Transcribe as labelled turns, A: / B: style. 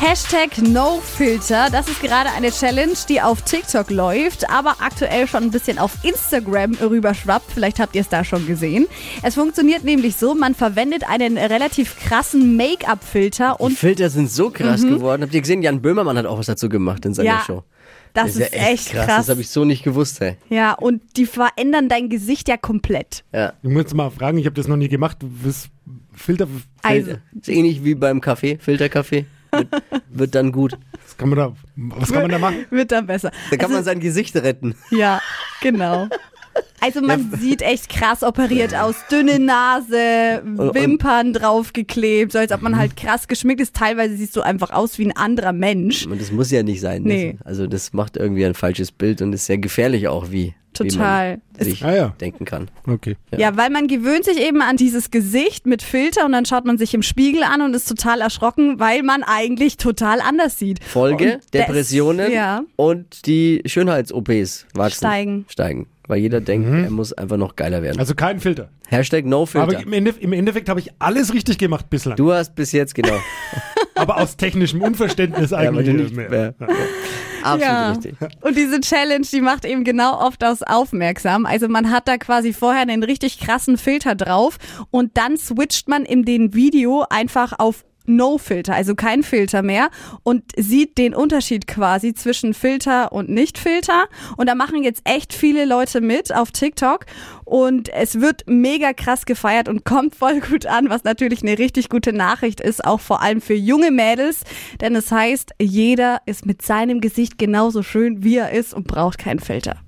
A: Hashtag NoFilter, das ist gerade eine Challenge, die auf TikTok läuft, aber aktuell schon ein bisschen auf Instagram rüberschwappt. Vielleicht habt ihr es da schon gesehen. Es funktioniert nämlich so, man verwendet einen relativ krassen Make-up-Filter
B: Die
A: und Mhm.
B: Filter sind so krass geworden. Habt ihr gesehen, Jan Böhmermann hat auch was dazu gemacht in seiner
A: Ja,
B: Show.
A: das ist,
B: ja
A: echt krass.
B: Das habe ich so nicht gewusst, ey.
A: ja, und die verändern dein Gesicht ja komplett.
B: Ja.
C: Ich muss mal fragen, ich habe das noch nie gemacht. Was Filter,
A: Also,
B: Ist ähnlich wie beim Kaffee, Filterkaffee. Wird, wird dann gut.
C: was kann man da, was kann man da machen?
A: wird dann besser.
B: Da kann
A: Also-
B: man sein Gesicht retten.
A: Ja, genau. Also man sieht echt krass operiert aus. Dünne Nase,
B: und- Mhm.
A: Wimpern draufgeklebt, so als ob man halt krass geschminkt ist. Teilweise siehst du einfach aus wie ein anderer Mensch.
B: Und das muss ja nicht sein. ne?
A: Nee.
B: Also das macht irgendwie ein falsches Bild und ist sehr gefährlich auch, wie,
A: Total.
B: wie man sich
C: Ah ja.
B: denken kann.
C: Okay.
A: Ja. weil man gewöhnt sich eben an dieses Gesicht mit Filter und dann schaut man sich im Spiegel an und ist total erschrocken, weil man eigentlich total anders sieht.
B: Folge,
A: Und das-
B: Depressionen
A: Ja.
B: und die Schönheits-OPs wachsen.
A: Steigen.
B: Steigen. Weil jeder denkt, er muss einfach noch geiler werden.
C: Mhm. Also kein Filter.
B: Hashtag
C: Aber
B: NoFilter.
C: im, Ende, im Endeffekt habe ich alles richtig gemacht bislang.
B: Du hast bis jetzt, genau.
C: Aber aus technischem Unverständnis
B: Ja, weil
C: eigentlich
B: du nicht
C: mehr.
B: mehr. Absolut
A: Ja.
B: richtig.
A: Und diese Challenge, die macht eben genau auf das aufmerksam. Also man hat da quasi vorher einen richtig krassen Filter drauf und dann switcht man in den Video einfach auf No Filter, also kein Filter mehr und sieht den Unterschied quasi zwischen Filter und Nicht-Filter. Und da machen jetzt echt viele Leute mit auf TikTok und es wird mega krass gefeiert und kommt voll gut an, was natürlich eine richtig gute Nachricht ist, auch vor allem für junge Mädels, denn es heißt, jeder ist mit seinem Gesicht genauso schön, wie er ist und braucht keinen Filter.